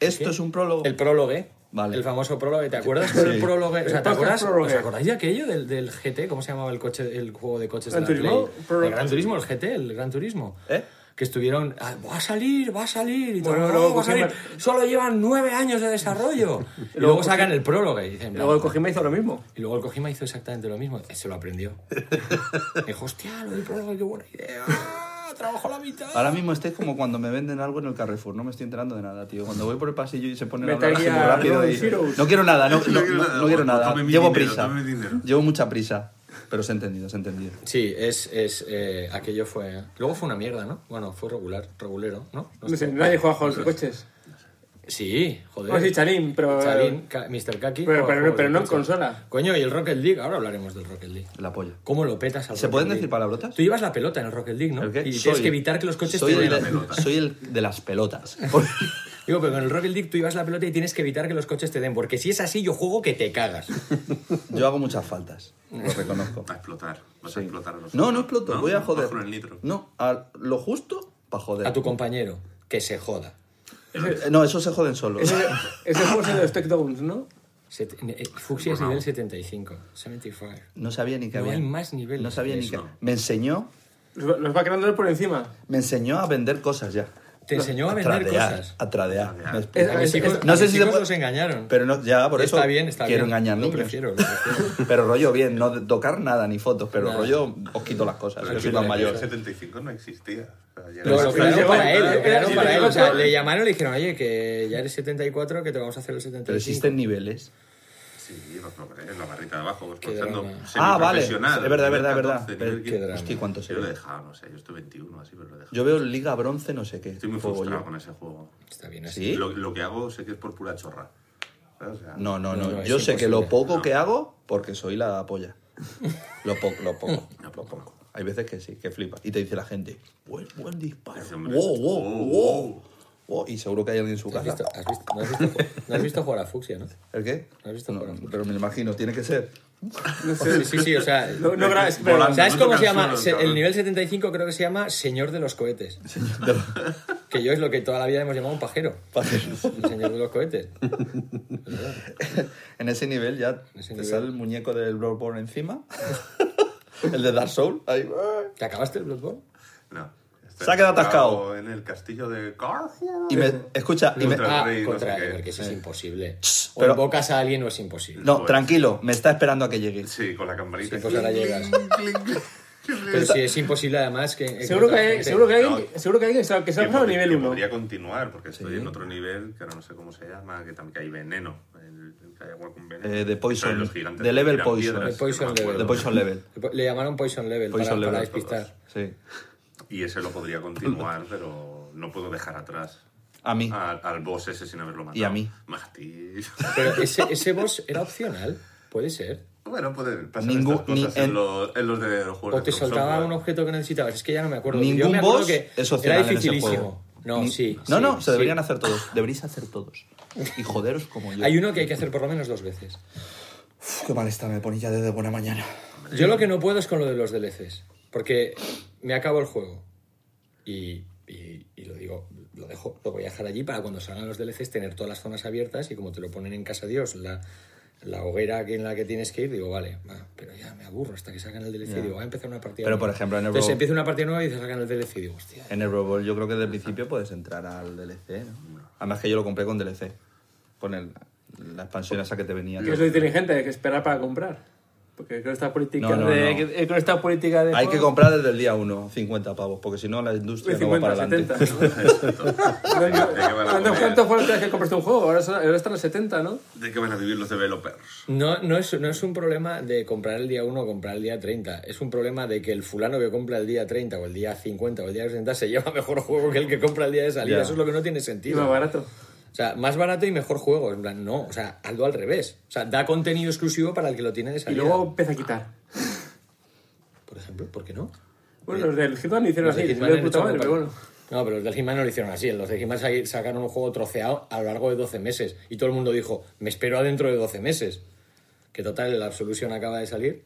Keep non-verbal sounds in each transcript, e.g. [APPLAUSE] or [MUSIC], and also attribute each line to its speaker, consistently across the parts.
Speaker 1: Esto es un prólogo.
Speaker 2: El prólogo. ¿eh?
Speaker 1: Vale.
Speaker 2: El famoso prólogo. ¿Te acuerdas con el prólogo? O sea, ¿te
Speaker 3: podcast
Speaker 2: acuerdas?
Speaker 3: prólogo.
Speaker 2: ¿Os acordáis de aquello del, del GT? ¿Cómo se llamaba el coche, el juego de coches
Speaker 3: Gran
Speaker 2: de la
Speaker 3: Turismo,
Speaker 2: Play?
Speaker 3: prólogo.
Speaker 2: El Gran Turismo, el GT, el Gran Turismo.
Speaker 1: ¿Eh?
Speaker 2: Que estuvieron, ah, va a salir, va a salir, y todo,
Speaker 3: Bueno,
Speaker 2: no,
Speaker 3: luego
Speaker 2: va a salir.
Speaker 3: cogimos-
Speaker 2: Solo llevan nueve años de
Speaker 3: [LAUGHS]
Speaker 2: desarrollo. y luego sacan el prólogo y dicen,
Speaker 3: Luego el Kojima hizo lo mismo.
Speaker 2: y luego el Kojima hizo exactamente lo mismo. Se lo
Speaker 3: [LAUGHS]
Speaker 2: aprendió. Dijo, hostia, lo del prólogo, qué buena idea. Trabajo la mitad.
Speaker 1: Ahora mismo este es como cuando me venden algo en el Carrefour, no me estoy enterando de nada, tío. Cuando voy por el pasillo y se pone a
Speaker 3: Metal
Speaker 1: hablar así muy
Speaker 3: Gear
Speaker 1: rápido
Speaker 3: Road
Speaker 1: y...
Speaker 3: Heroes.
Speaker 1: No quiero nada, no, no-
Speaker 4: No quiero
Speaker 1: no-
Speaker 4: nada,
Speaker 1: no quiero
Speaker 4: bueno,
Speaker 1: nada.
Speaker 4: dame mi
Speaker 1: Llevo
Speaker 4: dinero,
Speaker 1: prisa.
Speaker 4: dame mi dinero.
Speaker 1: Llevo mucha prisa. Pero se ha entendido, se ha entendido.
Speaker 2: Sí, es, es eh, aquello fue... Luego fue una mierda, ¿no? Bueno, fue regular, regulero, ¿no? No
Speaker 3: No
Speaker 2: sé.
Speaker 3: sé, nadie juega a juegos
Speaker 1: Pues
Speaker 3: de coches.
Speaker 2: Sí, joder.
Speaker 3: Bueno, sí, Chalín, pero-
Speaker 2: Chalín, Ka- Mr. Kaki.
Speaker 3: Pero-
Speaker 2: juega
Speaker 3: pero-
Speaker 2: juegos
Speaker 3: pero
Speaker 2: de
Speaker 3: no en
Speaker 2: coche.
Speaker 3: consola.
Speaker 2: Coño, y el Rocket League, ahora hablaremos del Rocket League.
Speaker 1: La polla.
Speaker 2: ¿Cómo lo petas al
Speaker 1: ¿Se
Speaker 2: Rocket
Speaker 1: pueden
Speaker 2: League?
Speaker 1: decir palabrotas?
Speaker 2: Tú llevas la pelota en el Rocket League, ¿no?
Speaker 1: ¿El qué?
Speaker 2: Y
Speaker 1: Soy-
Speaker 2: tienes que evitar que los coches
Speaker 1: soy
Speaker 2: te den
Speaker 1: el,
Speaker 2: la
Speaker 1: de-
Speaker 2: pelota.
Speaker 1: Soy el de las
Speaker 2: [LAUGHS]
Speaker 1: pelotas.
Speaker 2: Digo, pero en el Rocket League tú llevas la pelota y tienes que evitar que los coches te den, porque si es así yo juego que
Speaker 1: [LAUGHS]
Speaker 2: te cagas.
Speaker 1: Yo hago muchas faltas, lo reconozco.
Speaker 4: Va a explotar. Vas
Speaker 1: Sí.
Speaker 4: a explotar a los
Speaker 1: No, no exploto, voy a joder.
Speaker 4: bajo en el nitro.
Speaker 1: No, a lo justo para joder.
Speaker 2: A tu compañero, que se joda.
Speaker 1: Eh, No, eso se joden solos.
Speaker 3: Ese, ese juego es el de los Takedowns, ¿no?
Speaker 2: Set- eh, Fuxia es nivel 75, 75.
Speaker 1: No sabía ni que
Speaker 2: No
Speaker 1: había.
Speaker 2: hay más niveles
Speaker 1: No sabía
Speaker 2: de
Speaker 1: ni que
Speaker 2: eso.
Speaker 1: Me enseñó,
Speaker 3: Los, va- los va creando por encima.
Speaker 1: me enseñó a vender cosas ya.
Speaker 2: Te enseñó a vender
Speaker 1: tradear,
Speaker 2: cosas.
Speaker 1: A tradear.
Speaker 4: Tradear.
Speaker 1: Me explico.
Speaker 3: A mis hijos-
Speaker 2: a
Speaker 1: no sé
Speaker 2: mis
Speaker 1: si se
Speaker 2: hijos
Speaker 1: puede-
Speaker 2: los engañaron.
Speaker 1: Pero no, ya por
Speaker 2: Está
Speaker 1: eso
Speaker 2: bien, está
Speaker 1: quiero
Speaker 2: bien.
Speaker 1: engañar
Speaker 2: Lo
Speaker 1: niños.
Speaker 2: prefiero, lo prefiero.
Speaker 1: [LAUGHS] Pero rollo bien, no de- tocar nada, ni fotos, pero
Speaker 2: Nada.
Speaker 1: rollo os quito las cosas.
Speaker 4: Pero
Speaker 1: Yo
Speaker 4: es
Speaker 1: soy
Speaker 4: que
Speaker 1: más
Speaker 4: el
Speaker 1: mayor.
Speaker 4: 75 no existía. O sea, ya
Speaker 2: Lo,
Speaker 4: era-
Speaker 2: lo crearon
Speaker 3: llevó-
Speaker 2: para él,
Speaker 3: eh,
Speaker 2: lo crearon
Speaker 3: eh,
Speaker 2: para
Speaker 3: eh,
Speaker 2: él. O sea,
Speaker 3: eh,
Speaker 2: le llamaron y le dijeron, oye, que ya eres 74, que te vamos a hacer el 75.
Speaker 1: Pero existen niveles.
Speaker 4: Sí, los nombres, en la barrita de abajo, vos
Speaker 2: Qué drama.
Speaker 1: Ah, vale. Es
Speaker 4: semiprofesional,
Speaker 1: verdad, es
Speaker 4: nivel
Speaker 1: verdad, es
Speaker 4: 14,
Speaker 1: verdad.
Speaker 4: nivel
Speaker 1: Qué
Speaker 4: 15.
Speaker 2: drama.
Speaker 1: Hostia, ¿cuánto se
Speaker 4: Yo lo
Speaker 1: ve?
Speaker 4: he dejado, no sé, yo estoy 21, así, pero lo he dejado.
Speaker 1: Yo veo Liga Bronce, no sé qué.
Speaker 4: Estoy muy
Speaker 1: juego
Speaker 4: frustrado
Speaker 1: yo.
Speaker 4: con ese juego.
Speaker 2: Está bien así.
Speaker 1: ¿Sí?
Speaker 4: Lo, lo que hago sé que es por pura chorra. ¿sabes? O sea,
Speaker 1: No, no, no.
Speaker 2: No, no, es
Speaker 1: yo sé que lo
Speaker 2: imposible.
Speaker 1: poco
Speaker 4: No.
Speaker 1: que hago, porque soy la
Speaker 2: [LAUGHS]
Speaker 1: polla. Lo poco, lo poco. lo poco. Hay veces que sí, que flipa. Y te dice la gente, buen, buen disparo.
Speaker 4: Ese hombre-
Speaker 1: Wow, wow,
Speaker 4: Oh,
Speaker 1: wow, wow. Y seguro que hay alguien en su
Speaker 2: ¿Has
Speaker 1: casa.
Speaker 2: visto, has visto- no, has visto, no has visto jugar a Fuxia, ¿no?
Speaker 1: ¿El qué?
Speaker 2: ¿Has visto
Speaker 1: No,
Speaker 2: por-
Speaker 1: pero me lo imagino, tiene que ser.
Speaker 3: No
Speaker 2: Sí,
Speaker 3: sé.
Speaker 2: sí, sí, o sea...
Speaker 3: No, no grabes, pero-
Speaker 4: Volando.
Speaker 2: ¿Sabes
Speaker 4: No
Speaker 2: cómo
Speaker 4: toca
Speaker 2: se
Speaker 4: el
Speaker 2: llama?
Speaker 4: suelo,
Speaker 2: Se-
Speaker 4: cabrón.
Speaker 2: el nivel 75 creo que se llama Señor de los Cohetes.
Speaker 1: Señor de los
Speaker 2: Que yo es lo que toda la vida hemos llamado un pajero.
Speaker 1: pajeros.
Speaker 2: El Señor de los Cohetes.
Speaker 1: [LAUGHS] en ese nivel ya
Speaker 2: En ese
Speaker 1: te
Speaker 2: nivel.
Speaker 1: sale el muñeco del Bloodborne encima. [LAUGHS] el de Dark Souls. Ahí.
Speaker 2: ¿Te acabaste el Bloodborne?
Speaker 4: No. Está
Speaker 1: Se ha quedado atascado.
Speaker 4: En el castillo de Carrefour.
Speaker 1: Y me, escucha, y me,
Speaker 4: Ultra. Contra el
Speaker 2: Ah,
Speaker 4: rey, no
Speaker 2: contra
Speaker 4: sé
Speaker 2: él,
Speaker 4: qué.
Speaker 2: porque eso es imposible. O
Speaker 1: pero-
Speaker 2: invocas a alguien o es imposible.
Speaker 4: Pues.
Speaker 1: no, tranquilo, me está esperando a que llegue.
Speaker 4: Sí, con la campanita.
Speaker 2: Sí, pues ahora llegas. Pero si es imposible además que...
Speaker 3: Seguro que hay,
Speaker 2: que-
Speaker 3: seguro que hay, alguien- seguro que hay alguien que se ha- que se ha
Speaker 4: Que
Speaker 3: pasado a
Speaker 4: podría-
Speaker 3: nivel
Speaker 4: que
Speaker 3: 1.
Speaker 4: Podría continuar, porque estoy
Speaker 1: Sí.
Speaker 4: en otro nivel, que ahora no sé cómo se llama, que también que hay veneno. El, el que hay agua con veneno.
Speaker 1: Eh, de Poison,
Speaker 4: Pero los gigantes
Speaker 1: de Level
Speaker 4: tiran
Speaker 1: Poison.
Speaker 4: piedras,
Speaker 2: De Poison
Speaker 4: que no me
Speaker 2: Level.
Speaker 4: acuerdo.
Speaker 1: De Poison Level.
Speaker 2: Le llamaron Poison Level,
Speaker 1: Poison
Speaker 2: para, para
Speaker 1: Level.
Speaker 2: despistar.
Speaker 1: Sí.
Speaker 4: Y ese lo podría continuar, pero no puedo dejar atrás.
Speaker 1: A mí.
Speaker 4: Al, al boss ese sin haberlo matado.
Speaker 1: Y a mí.
Speaker 4: Mastis.
Speaker 2: Pero ese, ese boss era opcional, puede ser.
Speaker 4: [LAUGHS] bueno, pueden pasar
Speaker 1: Ningún-
Speaker 4: estas cosas
Speaker 1: ni-
Speaker 4: en,
Speaker 1: en-
Speaker 4: los, en los de los juegos
Speaker 2: O te
Speaker 4: de From
Speaker 2: soltaba
Speaker 4: Software.
Speaker 2: un objeto que necesitabas. Es que ya no me acuerdo. Yo
Speaker 1: Ningún
Speaker 2: me acuerdo
Speaker 1: boss
Speaker 2: que
Speaker 1: es
Speaker 2: era
Speaker 1: opcional
Speaker 2: dificilísimo.
Speaker 1: en ese juego.
Speaker 2: No,
Speaker 1: Ni-
Speaker 2: sí.
Speaker 1: No,
Speaker 2: sí,
Speaker 1: no, se
Speaker 2: sí.
Speaker 1: deberían hacer todos. Deberíais hacer todos. Y joderos como yo.
Speaker 2: Hay uno que hay que hacer por lo menos dos veces.
Speaker 1: Uf, qué mal está, me ponía ya desde buena mañana.
Speaker 2: Yo lo que no puedo es con lo de los DLCs. Porque me acabo el juego. Y, y- y lo digo, lo dejo, lo voy a dejar allí para cuando salgan los DLCs tener todas las zonas abiertas y como te lo ponen en Casa Dios, la, la hoguera que- en la que tienes que ir, digo, vale, va, pero ya me aburro hasta que salgan el DLC. Digo, va a empezar una partida
Speaker 1: Pero,
Speaker 2: nueva.
Speaker 1: por ejemplo, en el
Speaker 2: Entonces
Speaker 1: Bro-
Speaker 2: empieza una partida nueva y te sacan el DLC. Digo, hostia.
Speaker 1: En el Brawl Ball yo creo que desde el principio puedes entrar al DLC, ¿no? Además que yo lo compré con DLC. Con el- la expansión esa que te venía.
Speaker 3: Que es lo inteligente, hay que esperar para comprar. Porque con esta política
Speaker 1: No, no,
Speaker 3: de.
Speaker 1: no.
Speaker 3: que- eh, Con esta política de.
Speaker 1: Hay que
Speaker 3: juegos-
Speaker 1: comprar desde el día 1, 50 pavos, porque si no la industria no va
Speaker 3: 50,
Speaker 1: para adelante.
Speaker 3: 70. ¿no? ¿Cuánto, ¿Cuánto fue la última vez que compraste un juego? Ahora, son- ahora están los 70, ¿no?
Speaker 4: ¿De qué van a vivir los developers?
Speaker 2: No, no, es, no es un problema de comprar el día 1 o comprar el día 30. Es un problema de que el fulano que compra el día 30 o el día 50 o el día 60 se [LAUGHS] lleva mejor juego que el que compra el día de salida.
Speaker 1: Ya.
Speaker 2: Eso es lo que no tiene
Speaker 3: Y
Speaker 2: sentido.
Speaker 3: más barato.
Speaker 2: O sea, más barato y mejor juego. En plan, no. O sea, hazlo al revés. O sea, da contenido exclusivo para el que lo tiene de
Speaker 3: Y
Speaker 2: salida.
Speaker 3: luego empieza a quitar.
Speaker 2: Por ejemplo, ¿por qué no?
Speaker 3: Bueno, los del Hitman hicieron
Speaker 2: Los de
Speaker 3: así, se
Speaker 2: Hitman
Speaker 3: me de
Speaker 2: han
Speaker 3: puta
Speaker 2: hecho
Speaker 3: madre,
Speaker 2: como
Speaker 3: pero
Speaker 2: para-
Speaker 3: bueno.
Speaker 2: No, pero los del Hitman no lo hicieron así. Los del Hitman sa- sacaron un juego troceado a lo largo de 12 meses. Y todo el mundo dijo, me espero adentro de 12 meses. Que total, el Absolution acaba de salir.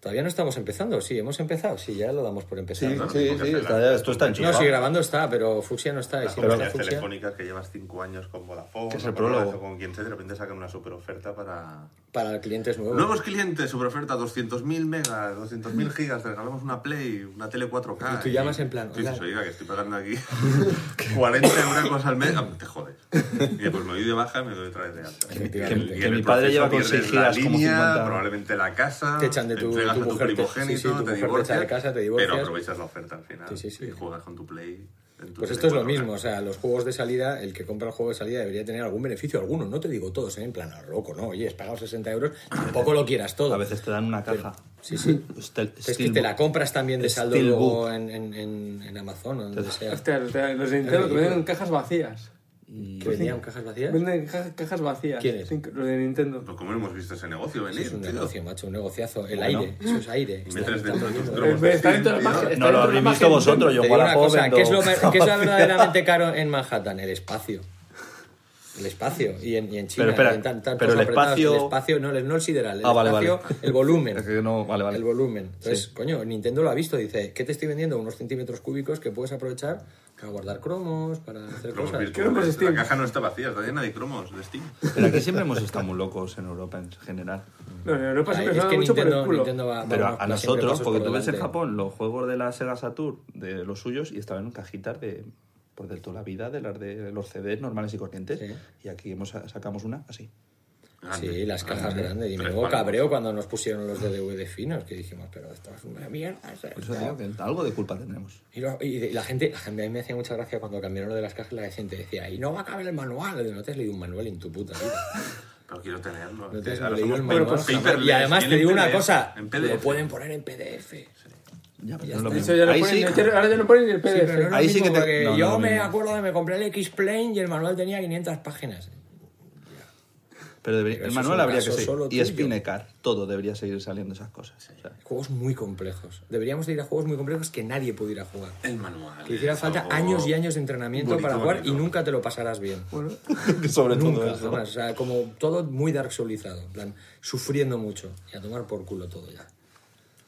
Speaker 2: Todavía no estamos empezando, sí, hemos empezado, sí, ya lo damos
Speaker 1: [LAUGHS]
Speaker 2: por
Speaker 1: Sí,
Speaker 2: empezado.
Speaker 4: no,
Speaker 1: sí,
Speaker 4: tengo que
Speaker 1: sí,
Speaker 4: hacer
Speaker 1: está,
Speaker 4: la-
Speaker 1: ya- esto está
Speaker 4: No,
Speaker 2: No,
Speaker 1: enchufado.
Speaker 2: sí, grabando está, pero Fuxia no está. y
Speaker 4: Las
Speaker 2: si no está
Speaker 4: compañías
Speaker 2: Fuxia,
Speaker 4: telefónicas que llevas cinco años con Vodafone,
Speaker 1: Que es el
Speaker 4: con Vodafone,
Speaker 1: prólogo.
Speaker 4: con quien sea, de repente sacan una super oferta para...
Speaker 2: para clientes nuevos.
Speaker 4: Nuevos clientes, super oferta, 200.000 megas, 200.000 gigas, te regalamos una Play, una tele 4K.
Speaker 2: Y tú llamas en plan,
Speaker 4: Tú dices,
Speaker 2: "Hola".
Speaker 4: oiga, que estoy
Speaker 2: [LAUGHS]
Speaker 4: pagando aquí [LAUGHS] 40 euros al mes, Ah, te jodes. Y pues me voy de baja y me doy otra vez de alta.
Speaker 2: Efectivamente.
Speaker 1: Que-
Speaker 4: Y
Speaker 1: que
Speaker 4: en el
Speaker 1: mi padre
Speaker 4: proceso
Speaker 1: lleva con
Speaker 4: pierdes
Speaker 1: seis
Speaker 4: la
Speaker 1: gigas como
Speaker 4: línea,
Speaker 1: 50.
Speaker 4: Probablemente la casa,
Speaker 2: Te echan de tu-
Speaker 4: entregas
Speaker 2: tu
Speaker 4: a tu
Speaker 2: mujer te-
Speaker 4: primogénito,
Speaker 2: sí, sí, tu mujer
Speaker 4: te
Speaker 2: te echa de
Speaker 4: divorcias,
Speaker 2: casa, te divorcias.
Speaker 4: pero aprovechas la oferta al final
Speaker 2: Sí, sí, sí.
Speaker 4: y juegas con tu Play. en tu
Speaker 2: Pues
Speaker 4: tele
Speaker 2: esto es lo
Speaker 4: 4K.
Speaker 2: mismo, o sea, los juegos de salida, el que compra el juego de salida debería tener algún beneficio, alguno, no te digo todos, ¿eh? en plan, a lo loco, no, oye, has pagado 60 euros, tampoco lo quieras todo.
Speaker 1: A veces te dan una caja.
Speaker 2: Sí, sí.
Speaker 1: Está el
Speaker 2: Pero es que
Speaker 1: Steelbook.
Speaker 2: te la compras también de saldo
Speaker 1: Steelbook.
Speaker 2: luego en, en- en- en Amazon o donde sea.
Speaker 3: Hostia, los de los de Nintendo
Speaker 2: Eh,
Speaker 3: que venden cajas vacías.
Speaker 2: ¿Que vendían cajas vacías?
Speaker 3: Venden ca- cajas vacías.
Speaker 2: ¿Quiénes?
Speaker 3: Cinco- Los de Nintendo.
Speaker 4: Pues ¿Cómo hemos visto ese negocio venir?
Speaker 2: Es un
Speaker 4: tío?
Speaker 2: negocio, macho, un negociazo. El
Speaker 1: Bueno.
Speaker 2: aire, eso es aire. Está-
Speaker 4: Metes
Speaker 2: está
Speaker 4: dentro
Speaker 2: todo
Speaker 4: de tus
Speaker 2: lleno.
Speaker 4: cromos.
Speaker 3: Pero Eh, está dentro de la
Speaker 4: Steam,
Speaker 3: página,
Speaker 4: tío.
Speaker 3: está
Speaker 1: No lo
Speaker 3: dentro de
Speaker 1: habréis
Speaker 3: la
Speaker 1: visto
Speaker 3: página.
Speaker 1: vosotros, yo
Speaker 2: Te digo una
Speaker 1: Wallapop
Speaker 2: cosa,
Speaker 1: vendo-
Speaker 2: ¿qué es, lo, mer- qué es lo verdaderamente caro en Manhattan? El espacio. El espacio. Y en, y en China.
Speaker 1: Pero espera,
Speaker 2: y en tan- tantos
Speaker 1: pero el
Speaker 2: apretados,
Speaker 1: espacio-
Speaker 2: El espacio, no, el- no el sideral. El
Speaker 1: Ah, vale,
Speaker 2: espacio,
Speaker 1: vale.
Speaker 2: el volumen.
Speaker 1: [LAUGHS] Es que no, vale, vale.
Speaker 2: El volumen. Entonces,
Speaker 1: Sí.
Speaker 2: coño, Nintendo lo ha visto. Dice, ¿qué te estoy vendiendo? Unos centímetros cúbicos que puedes aprovechar para guardar cromos, para hacer
Speaker 4: Cromos
Speaker 2: cosas.
Speaker 4: virtuales.
Speaker 3: Cromos Steam.
Speaker 4: La caja no está vacía, está llena de cromos de Steam.
Speaker 1: Pero aquí siempre hemos estado muy locos en Europa en general.
Speaker 3: No, en Europa
Speaker 2: Ay,
Speaker 3: siempre
Speaker 2: Ah, es
Speaker 3: se
Speaker 2: que
Speaker 3: da mucho por el
Speaker 2: Nintendo,
Speaker 3: culo.
Speaker 2: Nintendo va, va
Speaker 1: Pero a,
Speaker 2: unos-
Speaker 1: a
Speaker 2: va Ah, siempre
Speaker 1: nosotros,
Speaker 2: pasos
Speaker 1: porque
Speaker 2: por
Speaker 1: tú ves en
Speaker 2: delante.
Speaker 1: Japón los juegos de la Sega Saturn, de los suyos, y estaban en cajitas de por del toda la vida, de las de los CDs normales y corrientes.
Speaker 2: Sí.
Speaker 1: Y aquí hemos, sacamos una así.
Speaker 2: Ah, Sí, las cajas grandes. Y me
Speaker 4: Tres
Speaker 2: luego
Speaker 4: palmos.
Speaker 2: cabreo cuando nos pusieron los de DVD finos, que dijimos, pero esto es una mierda. esto-
Speaker 1: Por Pues eso digo que algo de culpa tendremos.
Speaker 2: Y, lo- y de- la, gente, la gente, a mí me hacía mucha gracia cuando cambiaron lo de las cajas, la gente decía, y no va a caber el manual. Y digo, no te has leído un manual en tu puta
Speaker 1: [LAUGHS]
Speaker 2: vida.
Speaker 4: Pero quiero tenerlo.
Speaker 2: No te has
Speaker 4: Ahora
Speaker 2: leído
Speaker 4: somos
Speaker 2: el
Speaker 4: pero
Speaker 2: manual.
Speaker 4: por
Speaker 2: jamás.
Speaker 4: paperless,
Speaker 2: y además te
Speaker 4: viene
Speaker 2: digo
Speaker 4: en
Speaker 2: una
Speaker 4: PDF,
Speaker 2: cosa,
Speaker 4: en
Speaker 2: lo
Speaker 4: PDF.
Speaker 2: pueden poner en PDF.
Speaker 1: Ya, pero no es lo
Speaker 3: De
Speaker 1: mismo.
Speaker 3: hecho, ya no
Speaker 1: Ahí
Speaker 3: ponen-
Speaker 1: sí-
Speaker 3: ya- ahora ya no ponen ni el
Speaker 2: [LAUGHS] Sí,
Speaker 3: PDF.
Speaker 2: pero no es lo
Speaker 1: Ahí sí
Speaker 2: mismo
Speaker 1: que te-
Speaker 2: porque
Speaker 1: no, no,
Speaker 2: yo
Speaker 1: no,
Speaker 2: me
Speaker 1: no.
Speaker 2: acuerdo que me compré el X-Plane y el manual tenía 500 páginas.
Speaker 1: Pero debería-
Speaker 2: Pero
Speaker 1: el
Speaker 2: eso es
Speaker 1: manual
Speaker 2: un
Speaker 1: habría que
Speaker 2: caso
Speaker 1: seguir.
Speaker 2: solo
Speaker 1: Y
Speaker 2: tuyo.
Speaker 1: Spinecar, todo debería seguir saliendo esas cosas. [LAUGHS] O sea,
Speaker 2: Juegos muy complejos. Deberíamos de ir a juegos muy complejos que nadie pudiera jugar.
Speaker 4: El manual.
Speaker 2: Que hiciera
Speaker 4: es
Speaker 2: falta
Speaker 4: algo
Speaker 2: años y años de entrenamiento
Speaker 4: bonito,
Speaker 2: para jugar y
Speaker 4: bonito.
Speaker 2: nunca te lo pasarás bien.
Speaker 3: Bueno,
Speaker 1: Sobre todo
Speaker 2: Nunca,
Speaker 1: eso.
Speaker 2: jamás. O sea, como todo muy dark soulizado, en plan, sufriendo mucho y a tomar por culo todo ya.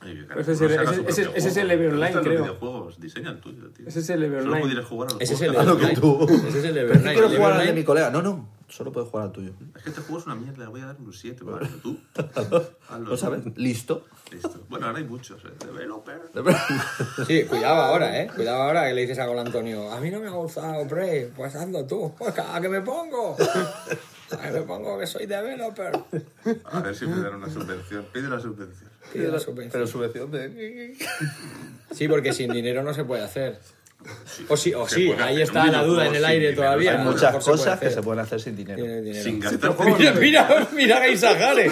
Speaker 4: Ay, carajo,
Speaker 3: Pero ese es
Speaker 4: no
Speaker 3: el-
Speaker 4: se haga
Speaker 3: ese-
Speaker 4: su
Speaker 3: ese-
Speaker 4: propio
Speaker 3: ese es
Speaker 4: juego.
Speaker 3: el EVE
Speaker 4: ¿Te
Speaker 3: Online,
Speaker 4: gustan los
Speaker 3: creo.
Speaker 4: videojuegos? Diseña el tuyo, tío.
Speaker 3: Ese es el EVE
Speaker 4: Solo
Speaker 3: Online.
Speaker 4: pudieras jugar a los
Speaker 2: Ese es el
Speaker 4: juegos.
Speaker 1: lo que
Speaker 2: Evernight.
Speaker 1: tú.
Speaker 2: Ese es el
Speaker 1: Pero no
Speaker 2: Evernight.
Speaker 1: quiero
Speaker 2: El
Speaker 1: jugar al de
Speaker 2: Evernight-
Speaker 1: mi colega. No, no. Solo puedes jugar al tuyo.
Speaker 4: Es que este juego es una mierda, le voy a dar un 7. Vale,
Speaker 2: [LAUGHS]
Speaker 4: tú.
Speaker 2: Ah,
Speaker 4: Hazlo
Speaker 1: ¿Lo
Speaker 4: tú.
Speaker 1: sabes? Listo.
Speaker 4: Listo. Bueno, ahora hay muchos. ¿eh? Developer.
Speaker 2: Sí, cuidado ahora, eh. Cuidado ahora que le dices algo a Antonio. A mí no me ha gustado, Prey. Pues hazlo tú. [LAUGHS] Pues, ¿A qué me pongo? ¿A qué me pongo que soy developer?
Speaker 4: A ver si me dan una subvención. Pide una subvención.
Speaker 2: Pide la subvención.
Speaker 1: Pero subvención de.
Speaker 2: Sí, porque sin dinero no se puede hacer. O sí, o
Speaker 4: Se
Speaker 2: sí,
Speaker 4: puede
Speaker 2: ahí
Speaker 4: hacer
Speaker 2: está
Speaker 4: un
Speaker 2: la duda en el
Speaker 4: videojuego
Speaker 2: aire
Speaker 4: sin
Speaker 2: todavía.
Speaker 4: dinero.
Speaker 2: A
Speaker 1: Hay
Speaker 2: lo
Speaker 1: muchas
Speaker 2: mejor se
Speaker 1: cosas
Speaker 2: puede
Speaker 1: que se
Speaker 2: hacer. Eh,
Speaker 1: pueden hacer sin dinero.
Speaker 2: Tiene dinero. [LAUGHS]
Speaker 4: Sin
Speaker 2: Mira,
Speaker 4: gastar.
Speaker 2: mira, mira que Isagare.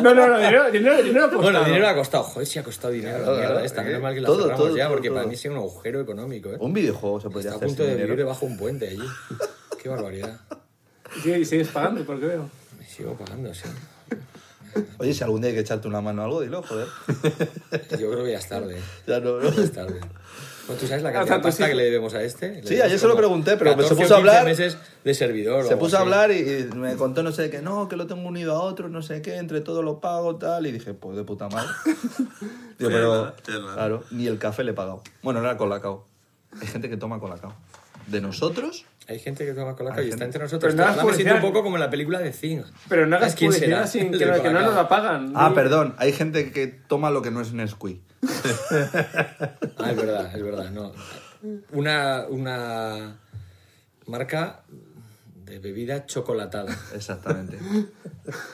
Speaker 3: No, no, no, dinero, dinero, dinero ha costado.
Speaker 2: Bueno, el dinero ha costado. Joder, si ha costado dinero
Speaker 1: Claro,
Speaker 2: la mierda
Speaker 1: claro,
Speaker 2: esta.
Speaker 1: ¿eh?
Speaker 2: Menos mal que la
Speaker 1: Todo,
Speaker 2: cerramos
Speaker 1: todo,
Speaker 2: ya,
Speaker 1: todo,
Speaker 2: porque
Speaker 1: todo.
Speaker 2: para mí es un agujero económico, ¿eh?
Speaker 1: Un videojuego se podría
Speaker 2: Está a
Speaker 1: hacer
Speaker 2: punto
Speaker 1: sin
Speaker 2: de vivir
Speaker 1: dinero.
Speaker 2: bajo un puente allí. Qué barbaridad.
Speaker 3: Sí, sigues pagando, porque veo.
Speaker 2: Me sigo pagando, sí.
Speaker 1: Oye, si algún día hay que echarte una mano o algo, dilo,
Speaker 2: [LAUGHS]
Speaker 1: joder.
Speaker 2: Yo creo que ya es tarde. eh.
Speaker 1: Ya no, no.
Speaker 2: Ya es tarde. Bueno, ¿Tú sabes la cantidad
Speaker 3: Hasta
Speaker 2: de
Speaker 3: tú
Speaker 2: pasta
Speaker 3: sí.
Speaker 2: que le debemos a este? Le
Speaker 1: Sí,
Speaker 2: debemos
Speaker 1: ayer se lo
Speaker 2: como
Speaker 1: pregunté, pero se
Speaker 2: 14 o
Speaker 1: puso a
Speaker 2: 15
Speaker 1: hablar-
Speaker 2: meses de servidor. o
Speaker 1: Se
Speaker 2: algo
Speaker 1: puso a
Speaker 2: así.
Speaker 1: hablar y, y me contó no sé qué, no, que lo tengo unido a otro, no sé qué, entre todo lo pago, tal, y dije, pues de puta
Speaker 2: [LAUGHS]
Speaker 1: madre. Digo, pero,
Speaker 4: Sí, es verdad.
Speaker 1: claro, ni el café le he pagado. Bueno, no era colacao. Hay gente que toma colacao. De nosotros,
Speaker 2: Hay gente que toma colaca
Speaker 1: Hay
Speaker 2: y
Speaker 1: gente.
Speaker 2: está entre nosotros.
Speaker 3: Pero no hagas
Speaker 2: Estamos siendo un
Speaker 3: publicidad.
Speaker 2: poco como en la película de Zing.
Speaker 3: Pero no hagas
Speaker 2: ¿Sabes quién será?
Speaker 3: publicidad sin
Speaker 2: [LAUGHS]
Speaker 3: que,
Speaker 2: El del
Speaker 3: que no
Speaker 2: Colacao.
Speaker 3: nos la pagan.
Speaker 1: Ah,
Speaker 3: Ni-
Speaker 1: perdón, hay gente que toma lo que no es Nesquik.
Speaker 2: Ah, es verdad, es verdad. No. Una, una marca de bebida chocolatada.
Speaker 1: Exactamente.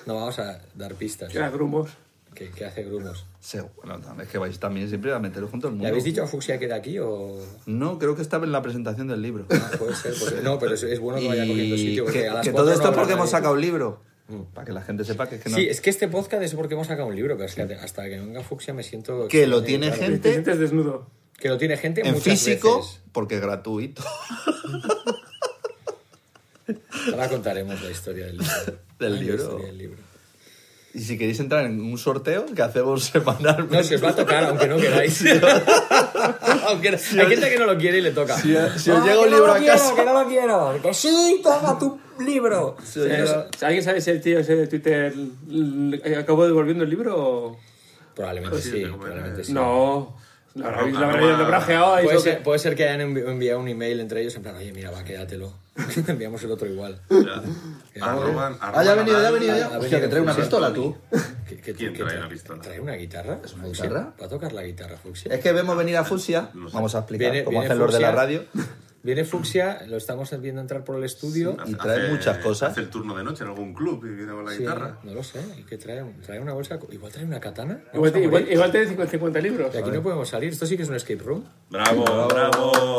Speaker 2: No vamos a dar pistas.
Speaker 3: Que era grumos.
Speaker 2: Que, que hace grumos.
Speaker 1: Sí, bueno, es que vais también siempre a meteros junto al mundo.
Speaker 2: ¿Le habéis dicho a Fuxia que era aquí o.?
Speaker 1: No, creo que estaba en la presentación del libro.
Speaker 2: Ah, puede ser, pues- No, pero es, es bueno que vaya cogiendo
Speaker 1: Y
Speaker 2: sitio. Porque
Speaker 1: que,
Speaker 2: a las
Speaker 1: que
Speaker 2: cuatro
Speaker 1: todo
Speaker 2: no
Speaker 1: esto es
Speaker 2: habrá
Speaker 1: porque hemos
Speaker 2: nadie.
Speaker 1: sacado el libro. Para que la gente sepa que es que no.
Speaker 2: Mm. Sí, es que este podcast es porque hemos sacado un libro, pero es que hasta que no venga Fuxia me siento.
Speaker 1: Que lo tiene
Speaker 2: claro.
Speaker 1: gente.
Speaker 3: Te sientes desnudo.
Speaker 2: Que lo tiene gente
Speaker 1: en
Speaker 2: muchas
Speaker 1: físico,
Speaker 2: veces.
Speaker 1: porque es gratuito. [LAUGHS]
Speaker 2: Ahora contaremos la historia del libro.
Speaker 1: [LAUGHS] Del
Speaker 2: Ah, la
Speaker 1: libro.
Speaker 2: historia del libro.
Speaker 1: Y si queréis entrar en un sorteo que hacemos [LAUGHS] semanalmente.
Speaker 2: No, se os va a tocar, aunque no queráis. [LAUGHS] aunque no- hay gente que no lo quiere y le toca.
Speaker 1: Si, os- eh, si
Speaker 2: Ah,
Speaker 1: os llega
Speaker 2: que
Speaker 1: un
Speaker 2: no
Speaker 1: libro
Speaker 2: lo
Speaker 1: a
Speaker 2: quiero,
Speaker 1: casa.
Speaker 2: Que no lo quiero. Que sí, toma tu libro.
Speaker 1: si os
Speaker 3: Eh,
Speaker 1: llega-
Speaker 3: ¿Alguien sabe si el tío ese de Twitter l- l- acabó devolviendo el libro o,
Speaker 2: Probablemente
Speaker 4: Ah, sí,
Speaker 2: sí,
Speaker 4: te comen,
Speaker 2: probablemente
Speaker 4: eh.
Speaker 2: sí.
Speaker 3: No. La
Speaker 4: Arroba-
Speaker 3: habré- la habré-
Speaker 4: arroba-
Speaker 3: la habrá geado ahí,
Speaker 2: Pues Puede
Speaker 3: ¿no?
Speaker 2: ser, puede ser que hayan envi- enviado un email entre ellos en plan, oye, mira, va, quédatelo. [LAUGHS] Enviamos el otro igual.
Speaker 4: Ya.
Speaker 2: Que-
Speaker 4: Arroban,
Speaker 1: Ah, ya ha venido, ya ha venido,
Speaker 2: Ha-
Speaker 1: ya.
Speaker 2: ha
Speaker 1: Hostia,
Speaker 2: venido
Speaker 1: que trae una
Speaker 2: Fuchsia
Speaker 1: pistola,
Speaker 2: Tony.
Speaker 1: tú.
Speaker 2: ¿Qué- qué-
Speaker 4: ¿Quién
Speaker 2: qué
Speaker 4: trae una pistola?
Speaker 2: ¿Trae una guitarra?
Speaker 1: una
Speaker 2: Fuxia?
Speaker 1: guitarra?
Speaker 2: ¿Va a tocar la guitarra, Fuxia?
Speaker 1: Es que vemos venir a Fusia. Vamos a explicar
Speaker 2: Viene-
Speaker 1: cómo
Speaker 2: viene
Speaker 1: hacen los de la
Speaker 2: Fucsia.
Speaker 1: radio.
Speaker 2: Viene Fuxia, lo estamos viendo entrar por el estudio.
Speaker 1: Y trae muchas cosas.
Speaker 4: Hace el turno de noche en algún club y viene con la
Speaker 2: Sí,
Speaker 4: guitarra.
Speaker 2: no lo sé. ¿Y qué trae? ¿Trae una bolsa? Igual trae una katana. Vamos
Speaker 3: Igual,
Speaker 2: a morir.
Speaker 3: igual, igual te dicen 50 libros.
Speaker 2: De aquí no podemos salir. Esto sí que es un escape
Speaker 3: [LAUGHS]
Speaker 2: room.
Speaker 4: Bravo, bravo.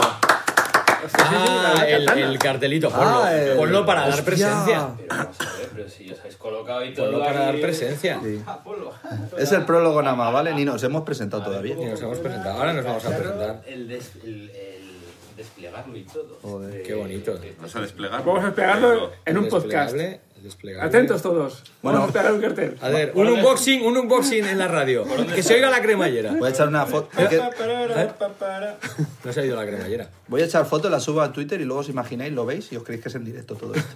Speaker 3: Hostia, sí, sí, Ah, la
Speaker 2: Ah, el,
Speaker 3: katana.
Speaker 2: el cartelito. Ponlo,
Speaker 1: Ah, el-
Speaker 2: ponlo para dar
Speaker 1: Hostia.
Speaker 2: presencia.
Speaker 5: Pero vamos a ver, pero si os habéis colocado
Speaker 1: Pues
Speaker 5: y todo.
Speaker 2: Ponlo para
Speaker 5: ahí-
Speaker 2: dar presencia.
Speaker 1: Sí.
Speaker 5: Ah, ponlo.
Speaker 1: Es el prólogo nada más, ¿vale? Ni nos hemos presentado todavía.
Speaker 2: Ni nos hemos presentado. Ahora nos vamos a presentar.
Speaker 5: El, des- el- el desplegarlo y todo.
Speaker 1: Joder,
Speaker 5: Eh,
Speaker 2: Qué bonito.
Speaker 4: Vamos a desplegar.
Speaker 3: Vamos a despegarlo en un podcast.
Speaker 2: Desplegable, desplegable.
Speaker 3: Atentos todos.
Speaker 1: Bueno.
Speaker 3: Vamos a despegar un cartel.
Speaker 2: A ver, un unboxing, un unboxing en la radio. Que se oiga la cremallera.
Speaker 1: Voy a echar una foto.
Speaker 2: No se ha oído la cremallera.
Speaker 1: Voy a echar foto, la subo a Twitter y luego os imagináis, lo veis y os creéis que es en directo todo esto.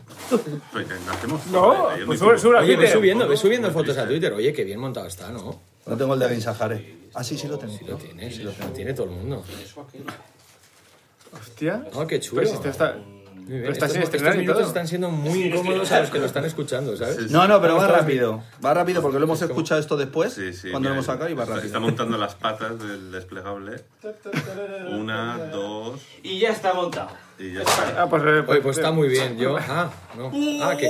Speaker 4: Pues que hacemos- ¿eh?
Speaker 3: No,
Speaker 4: Yo
Speaker 3: pues
Speaker 4: me
Speaker 3: sube,
Speaker 4: equivoco.
Speaker 3: sube a
Speaker 2: Oye, ve
Speaker 3: Twitter.
Speaker 2: subiendo, ve subiendo fotos a Twitter. Oye, qué bien montado está, ¿no?
Speaker 1: No tengo el de Guinsajares. Ah, sí, sí lo tengo.
Speaker 2: Lo tiene, lo tiene todo el mundo.
Speaker 5: Eso aquí.
Speaker 3: Hostia.
Speaker 2: Oh, qué chulo.
Speaker 3: Pero si esto Pues está...
Speaker 2: Muy bien.
Speaker 3: Pero está
Speaker 2: Eh, Estos-
Speaker 3: sin
Speaker 2: estos
Speaker 3: estrenar y
Speaker 2: minutos
Speaker 3: todo.
Speaker 2: están siendo muy incómodos a los que lo están escuchando, ¿sabes?
Speaker 1: No, no, pero va rápido. Va rápido porque lo hemos escuchado esto después,
Speaker 4: Sí, sí,
Speaker 1: cuando lo
Speaker 4: mira,
Speaker 1: hemos sacado y va
Speaker 4: está, está
Speaker 1: rápido.
Speaker 4: montando las patas del desplegable. Una, dos
Speaker 5: Y ya está montado.
Speaker 4: y
Speaker 3: [LAUGHS]
Speaker 4: ya está.
Speaker 3: Ah, pues, eh,
Speaker 2: Oye, pues está muy bien. Yo, ah, no. Ah, qué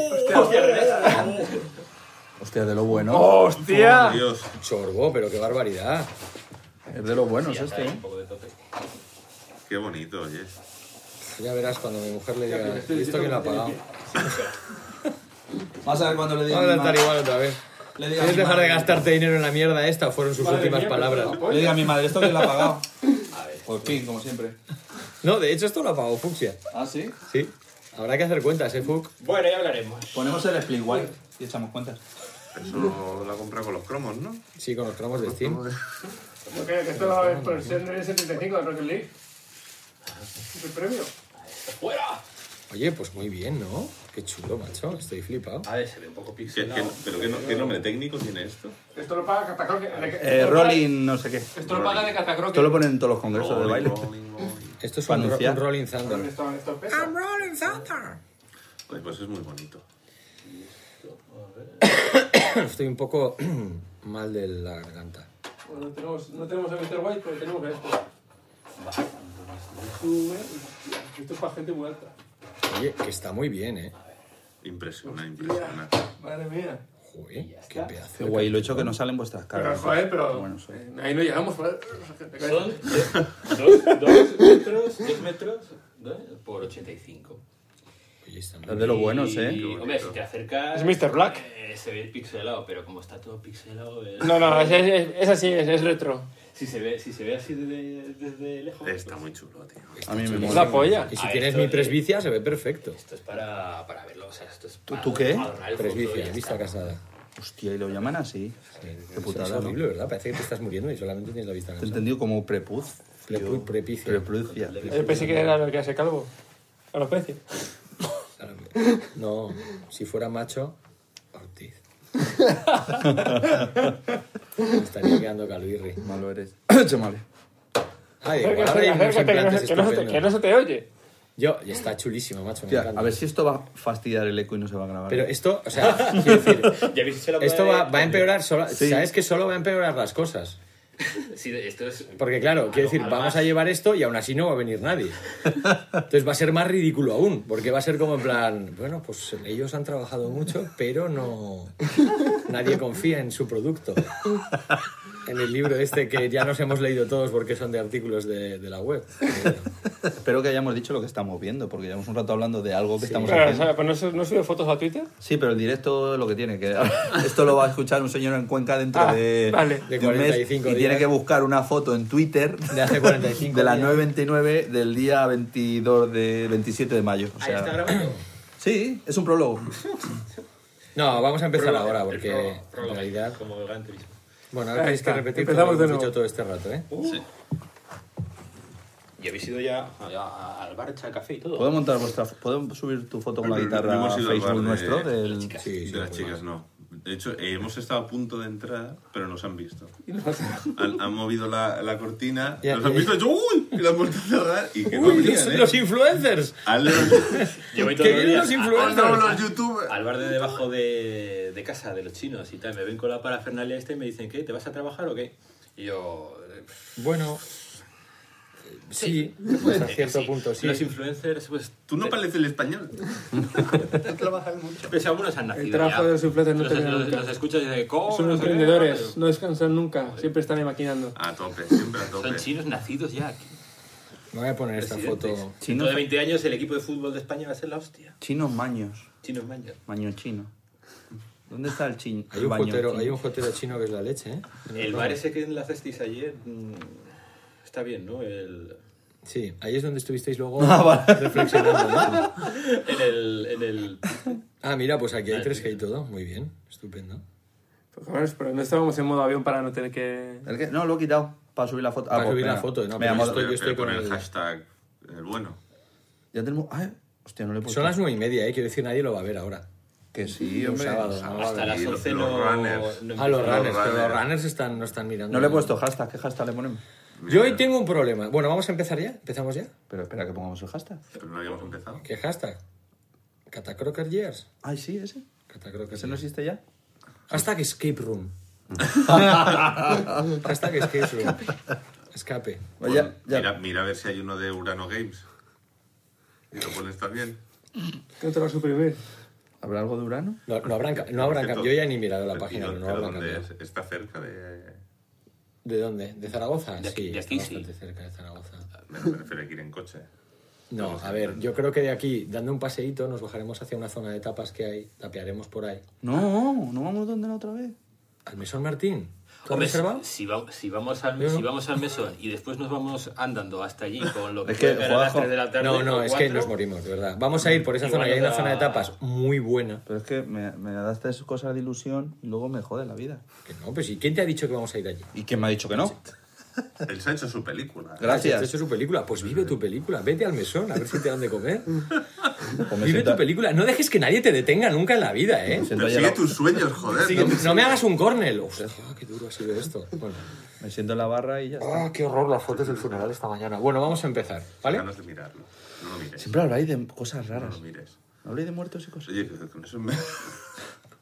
Speaker 1: Hostia, de lo bueno.
Speaker 3: ¡Hostia!
Speaker 4: Oh, Dios.
Speaker 2: chorbo, pero qué barbaridad.
Speaker 1: Es de lo bueno, es
Speaker 5: Ya
Speaker 1: este.
Speaker 5: está,
Speaker 1: ¿eh?
Speaker 5: un poco de tope.
Speaker 4: Qué bonito, oye.
Speaker 2: Ya verás cuando mi mujer le diga, "¿Y esto quién lo ha pagado?
Speaker 1: Vas a ver cuando le
Speaker 2: Va
Speaker 1: a
Speaker 2: a
Speaker 1: mi
Speaker 2: adelantar
Speaker 1: madre-
Speaker 2: igual otra vez.
Speaker 1: le diga a
Speaker 2: ¿Quieres
Speaker 1: mi
Speaker 2: dejar de
Speaker 1: madre-
Speaker 2: gastarte dinero en la mierda esta? Fueron sus últimas palabras.
Speaker 1: le diga a mi madre, ¿esto quién lo ha pagado? Por fin, como siempre.
Speaker 2: No, de hecho esto lo ha pagado Fuxia.
Speaker 1: Ah, sí.
Speaker 2: Sí. Habrá que hacer cuentas, ¿eh, Fux?
Speaker 5: Bueno, ya hablaremos.
Speaker 1: Ponemos el split white y echamos cuentas.
Speaker 4: Eso la compra con los cromos, ¿no?
Speaker 2: Sí, con los cromos de Steam.
Speaker 3: Que esto va a haber por el 75 de Rocket League. El premio.
Speaker 5: ¡Fuera!
Speaker 2: Oye, pues muy bien, ¿no? Qué chulo, macho. Estoy flipado.
Speaker 5: A ver, se ve un poco
Speaker 4: ¿Qué-
Speaker 5: pixelado.
Speaker 4: qué- pero qué, no- qué nombre técnico tiene esto?
Speaker 3: Esto lo paga Catacroc.
Speaker 1: Eh, rolling, no sé qué.
Speaker 3: Esto lo paga de Catacroc.
Speaker 1: Esto lo ponen en todos los congresos de
Speaker 4: Rolling,
Speaker 1: baile.
Speaker 4: rolling, rolling.
Speaker 2: Esto es
Speaker 1: Para
Speaker 2: un, ro-
Speaker 1: anunciar.
Speaker 2: un Rolling Thunder. Rolling Thunder.
Speaker 4: Oye, Pues es muy bonito.
Speaker 2: Estoy un poco [CLEARS THROAT] mal de la garganta.
Speaker 3: Pues No tenemos, no tenemos a Mr. White, pero tenemos a esto. Esto es para gente muy alta.
Speaker 2: Oye, que está muy bien, ¿eh?
Speaker 4: Impresiona, impresionante.
Speaker 3: Madre mía.
Speaker 2: Joder, qué pedazo.
Speaker 1: Qué guay, lo he hecho que no salen vuestras
Speaker 3: Pero,
Speaker 1: caras.
Speaker 3: joder, pero eh,
Speaker 1: Bueno, sí.
Speaker 3: ahí no llegamos. ¿vale?
Speaker 5: Son dos, dos metros, dos metros ¿no? por 85.
Speaker 2: Oye, está muy
Speaker 1: Es de los buenos,
Speaker 5: Y,
Speaker 1: ¿eh?
Speaker 5: Hombre, si te acercas.
Speaker 3: Es Mr. Black.
Speaker 5: eh, se ve pixelado, pero como está todo pixelado. eh,
Speaker 3: No, no, es, es, es así, es, es retro.
Speaker 5: Si se ve, si se ve así desde, desde lejos.
Speaker 4: Está muy chulo, tío.
Speaker 2: bien.
Speaker 1: A mí me
Speaker 2: Está
Speaker 3: Es
Speaker 1: mola.
Speaker 3: la polla.
Speaker 2: Y si
Speaker 5: Ah,
Speaker 2: tienes
Speaker 5: esto
Speaker 2: mi
Speaker 5: es-
Speaker 2: presbicia, se ve perfecto.
Speaker 5: Esto es para, para verlo. O sea, esto es para
Speaker 1: tú qué?
Speaker 5: adornar el futuro y
Speaker 2: Presbicia,
Speaker 5: ya
Speaker 2: vista
Speaker 5: está.
Speaker 2: casada.
Speaker 1: Hostia, y lo llaman así. Qué
Speaker 2: es
Speaker 1: putada, ¿no?
Speaker 2: horrible, ¿verdad? Parece que te estás muriendo y solamente tienes la
Speaker 1: Te
Speaker 2: vista
Speaker 1: he
Speaker 2: cansada.
Speaker 1: entendido como prepuz.
Speaker 2: Prepu- prepicia.
Speaker 1: Prepucia.
Speaker 3: Yo pensé que era el que hace calvo. A los peces.
Speaker 2: No, si fuera macho,
Speaker 1: [LAUGHS]
Speaker 2: Ortiz. Me estaría quedando calvirri.
Speaker 1: Malo eres. Chamale.
Speaker 2: Ay, igual ahora hay unos
Speaker 3: [LAUGHS] Acércate, que no
Speaker 2: implantes
Speaker 3: se- que no se te- que no
Speaker 2: estupendos.
Speaker 3: se te oye.
Speaker 2: Yo, y está chulísimo, macho, me
Speaker 1: Hostia,
Speaker 2: encanta.
Speaker 1: a ver si esto va a fastidiar el eco y no se va a grabar.
Speaker 2: Pero esto, o sea, quiero decir,
Speaker 5: Ya habéis hecho la
Speaker 2: esto
Speaker 5: prueba
Speaker 2: va,
Speaker 5: de-
Speaker 2: va a empeorar, solo,
Speaker 1: Sí.
Speaker 2: sabes que solo va a empeorar las cosas.
Speaker 5: Sí, esto es.
Speaker 2: Porque claro, quiero decir,
Speaker 5: Al
Speaker 2: vamos
Speaker 5: más.
Speaker 2: a llevar esto y aún así no va a venir nadie. Entonces va a ser más ridículo aún, porque va a ser como en plan, bueno, pues ellos han trabajado mucho, pero no... Nadie confía en su producto. En el libro este que ya nos hemos leído todos porque son de artículos de, de la web.
Speaker 1: [LAUGHS] Espero que hayamos dicho lo que estamos viendo, porque llevamos un rato hablando de algo que estamos
Speaker 3: Pero, o
Speaker 1: haciendo.
Speaker 3: sea, pues no, su- no sube fotos a Twitter.
Speaker 1: Sí, pero el directo es lo que tiene, que [LAUGHS] esto lo va a escuchar un señor en Cuenca dentro
Speaker 3: Ah,
Speaker 1: de,
Speaker 3: vale.
Speaker 1: de
Speaker 2: De
Speaker 1: un mes
Speaker 2: 45
Speaker 1: y tiene
Speaker 2: días.
Speaker 1: que buscar una foto en Twitter
Speaker 2: De hace
Speaker 1: [LAUGHS]
Speaker 2: 45
Speaker 1: de la
Speaker 2: días.
Speaker 1: 9.29 del día 22 de 27 de mayo. O
Speaker 5: Ahí
Speaker 1: sea,
Speaker 5: está grabando.
Speaker 1: sí, es un prólogo.
Speaker 2: No, vamos a empezar
Speaker 5: Prólogo,
Speaker 2: ahora,
Speaker 5: el
Speaker 2: porque
Speaker 5: prólogo,
Speaker 2: en
Speaker 5: prólogo,
Speaker 2: realidad...
Speaker 5: Como el Gran Turismo.
Speaker 2: Bueno,
Speaker 3: Ahí
Speaker 2: ahora tenéis que
Speaker 3: está.
Speaker 2: repetir todo lo
Speaker 3: Empezamos
Speaker 2: que
Speaker 3: de
Speaker 2: hemos
Speaker 3: nuevo.
Speaker 2: dicho todo este rato, ¿eh?
Speaker 4: Sí.
Speaker 5: Y habéis ido ya a- a- al bar, al café y todo.
Speaker 1: ¿Puedo montar vuestra, puedo subir tu foto con la
Speaker 4: Pero
Speaker 1: guitarra a
Speaker 4: hemos ido al
Speaker 1: Facebook
Speaker 4: bar de-
Speaker 2: pues.
Speaker 1: nuestro? del-
Speaker 4: De las chicas, no. De hecho, eh, hemos estado a punto de entrar, pero nos han visto.
Speaker 3: [LAUGHS] Y no pasa nada.
Speaker 4: Han, han movido la, la cortina,
Speaker 2: [LAUGHS] Ya,
Speaker 4: nos han
Speaker 2: ya.
Speaker 4: visto, yo, uy, y la han vuelto a cerrar y que no
Speaker 2: Uy,
Speaker 4: abrían,
Speaker 2: los,
Speaker 4: ¿eh?
Speaker 2: los influencers. [LAUGHS]
Speaker 4: Han levantado-
Speaker 5: Yo voy
Speaker 2: Que
Speaker 5: todos los
Speaker 2: vienen
Speaker 5: días
Speaker 2: los
Speaker 5: a-
Speaker 4: han levantado
Speaker 2: influencers. [LAUGHS]
Speaker 4: los youtubers.
Speaker 5: Al bar de debajo de, de casa de los chinos y tal, me ven con la parafernalia esta y me dicen, ¿qué? ¿Te vas a trabajar o qué? Y yo... eh,
Speaker 2: Bueno, eh, sí, pues a cierto punto, sí.
Speaker 5: eh, Los influencers, pues...
Speaker 4: Tú no pareces el español. No trabajas mucho.
Speaker 5: Pues algunos han nacido
Speaker 3: El trabajo
Speaker 5: ya.
Speaker 3: de los influencers no
Speaker 5: los,
Speaker 3: termina
Speaker 5: los-
Speaker 3: nunca.
Speaker 5: los escuchas y dices, ¿cómo?
Speaker 3: Son
Speaker 5: No sé qué,
Speaker 3: emprendedores,
Speaker 5: pero-
Speaker 3: no descansan nunca, siempre están ahí maquinando.
Speaker 4: A tope, siempre a tope.
Speaker 5: Son chinos nacidos ya aquí.
Speaker 2: Me voy a poner esta
Speaker 5: Presidentes.
Speaker 2: foto.
Speaker 5: Chino de 20 años, el equipo de fútbol de España va a ser la hostia.
Speaker 1: Chinos maños.
Speaker 5: Chinos mayas.
Speaker 1: Maño chino. ¿Dónde está el chin?
Speaker 2: Hay un,
Speaker 1: baño
Speaker 2: jotero,
Speaker 1: chino?
Speaker 2: hay un jotero chino que es la leche, ¿eh?
Speaker 5: El bar ese que enlazasteis ayer mm, está bien, ¿no? El,
Speaker 2: Sí, ahí es donde estuvisteis
Speaker 1: [LAUGHS]
Speaker 2: luego
Speaker 1: [LAUGHS] Ah, vale.
Speaker 2: reflexionando. ¿no?
Speaker 5: en el, en el
Speaker 2: Ah, mira, pues aquí hay tres que hay todo. Muy bien, estupendo.
Speaker 3: Pues, joder, pero no estábamos en modo avión para no tener que...
Speaker 1: ¿El qué? [LAUGHS] No, lo he quitado. Para subir la foto.
Speaker 2: Para
Speaker 1: pues,
Speaker 2: subir la
Speaker 1: venga.
Speaker 2: foto, no,
Speaker 1: Venga,
Speaker 2: pero
Speaker 1: modo-
Speaker 2: estoy- yo
Speaker 4: Pero
Speaker 2: con
Speaker 4: con el
Speaker 2: el-
Speaker 4: hashtag, el bueno.
Speaker 1: Ya tenemos. Ay, hostia, no le he puesto.
Speaker 2: Son las nueve y media, ¿eh? Quiero decir, nadie lo va a ver ahora.
Speaker 1: Que sí,
Speaker 2: Un
Speaker 1: hombre. ah,
Speaker 2: sábado, ¿no?
Speaker 5: hasta las
Speaker 4: los-
Speaker 5: 11
Speaker 4: los
Speaker 5: no,
Speaker 4: runners.
Speaker 5: no
Speaker 2: Ah, los
Speaker 5: empieza.
Speaker 2: runners, pero los
Speaker 4: runners.
Speaker 2: runners están, no están mirando.
Speaker 1: No le he puesto hashtag. ¿Qué hashtag le ponemos?
Speaker 2: Yo hoy tengo un problema. Bueno, vamos a empezar ya. ¿Empezamos ya?
Speaker 1: Pero espera que pongamos el hashtag.
Speaker 4: Pero no habíamos empezado.
Speaker 2: ¿Qué hashtag? Catacroker Years.
Speaker 1: Ay, sí, ese.
Speaker 2: Catacroker
Speaker 1: ¿Ese no existe ya?
Speaker 2: Hashtag escape room. Hashtag escape room. Escape.
Speaker 1: Pues
Speaker 4: Bueno,
Speaker 1: ya, ya.
Speaker 4: Mira, mira a ver si hay uno de Urano Games. Y lo pones también.
Speaker 3: ¿Qué no te va a suprimir?
Speaker 1: ¿Habrá algo de Urano?
Speaker 2: No, no habrán, ca- no habrán
Speaker 4: Que
Speaker 2: cambiado.
Speaker 5: Este
Speaker 4: todo-
Speaker 2: Yo ya ni he mirado la
Speaker 4: Pero
Speaker 2: página,
Speaker 4: tío,
Speaker 2: pero no
Speaker 4: pero
Speaker 2: habrán
Speaker 4: ¿dónde
Speaker 2: cambiado.
Speaker 4: es? Está cerca de...
Speaker 2: ¿De dónde? ¿De Zaragoza?
Speaker 5: De aquí-
Speaker 2: sí,
Speaker 5: de
Speaker 2: está
Speaker 5: aquí sí.
Speaker 2: bastante cerca de Zaragoza.
Speaker 4: Me me refiero a que ir en coche.
Speaker 2: No, a ver, yo creo que de aquí, dando un paseíto, nos bajaremos hacia una zona de tapas que hay, tapearemos por ahí.
Speaker 1: No, no vamos donde la otra vez.
Speaker 2: ¿Al mesón Martín? ¿Tú has
Speaker 5: Hombre,
Speaker 2: reservado?
Speaker 5: Si, va- si vamos al,
Speaker 2: Yo no.
Speaker 5: si vamos al mesón y después nos vamos andando hasta allí con lo que,
Speaker 1: Es que,
Speaker 5: puede caer a las
Speaker 1: Juanjo,
Speaker 5: 3 de la tarde.
Speaker 2: No, no,
Speaker 5: o
Speaker 2: es que
Speaker 5: 4,
Speaker 2: nos morimos, de verdad. Vamos a ir por esa
Speaker 5: Igual
Speaker 2: zona, que hay una
Speaker 5: nos da-
Speaker 2: zona de tapas muy buena.
Speaker 1: Pero es que me, me das tres cosas de ilusión y luego me jode la vida.
Speaker 2: Que no, pues ¿y quién te ha dicho que vamos a ir allí?
Speaker 1: ¿Y quién me ha dicho que no?
Speaker 4: Él se ha hecho su película.
Speaker 1: Gracias.
Speaker 2: Has hecho su película. Pues vive tu película. Vete al mesón a ver si te dan de
Speaker 1: [LAUGHS]
Speaker 2: comer.
Speaker 1: O me
Speaker 2: Vive
Speaker 1: siento-
Speaker 2: tu película. No dejes que nadie te detenga nunca en la vida, ¿eh?
Speaker 1: me siento
Speaker 4: Persigue
Speaker 1: allá-
Speaker 4: tus sueños, joder.
Speaker 2: No, no me hagas un cornel. Hostia, qué duro ha sido esto. Bueno.
Speaker 1: Me siento en la barra y ya está.
Speaker 2: Ah, qué horror las fotos del funeral esta mañana. Bueno, vamos a empezar, ¿vale?
Speaker 4: Ganas de mirarlo. No lo mires.
Speaker 1: Siempre habláis de cosas
Speaker 4: No lo
Speaker 1: raras.
Speaker 4: mires.
Speaker 1: Habláis de muertos y cosas.
Speaker 4: Oye, con eso me...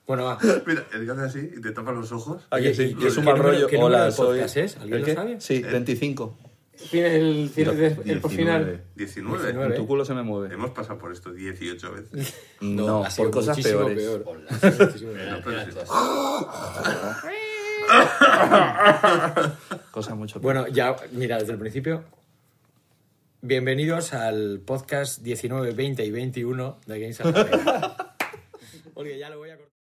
Speaker 2: Bueno, va.
Speaker 4: [LAUGHS] Mira, él hace así y te tapa los ojos.
Speaker 1: Ah,
Speaker 2: Oye,
Speaker 1: que sí,
Speaker 2: ¿y
Speaker 1: que es un
Speaker 2: qué
Speaker 1: mal
Speaker 2: número-
Speaker 1: rollo.
Speaker 2: qué número
Speaker 1: Hola,
Speaker 2: de
Speaker 1: soy...
Speaker 2: podcast es? ¿Alguien
Speaker 1: ¿El
Speaker 2: lo
Speaker 1: qué?
Speaker 2: sabe?
Speaker 1: Sí, 25.
Speaker 3: El, el, el, por final.
Speaker 4: 19.
Speaker 2: 19.
Speaker 1: En tu culo se me mueve.
Speaker 4: Hemos pasado por esto 18 veces.
Speaker 1: No,
Speaker 2: ha sido
Speaker 1: por cosas
Speaker 2: muchísimo
Speaker 1: peores.
Speaker 2: peor.
Speaker 5: Hola.
Speaker 2: Ha sido muchísimo
Speaker 1: [LAUGHS]
Speaker 2: peor.
Speaker 5: Eran-
Speaker 4: pero
Speaker 5: eran
Speaker 4: sí.
Speaker 5: todas.
Speaker 1: Cosas mucho peores.
Speaker 2: Bueno, ya, mira, desde el principio. Bienvenidos al
Speaker 1: [LAUGHS]
Speaker 2: podcast 19, 20 y 21 de Games Porque ya lo voy a cortar.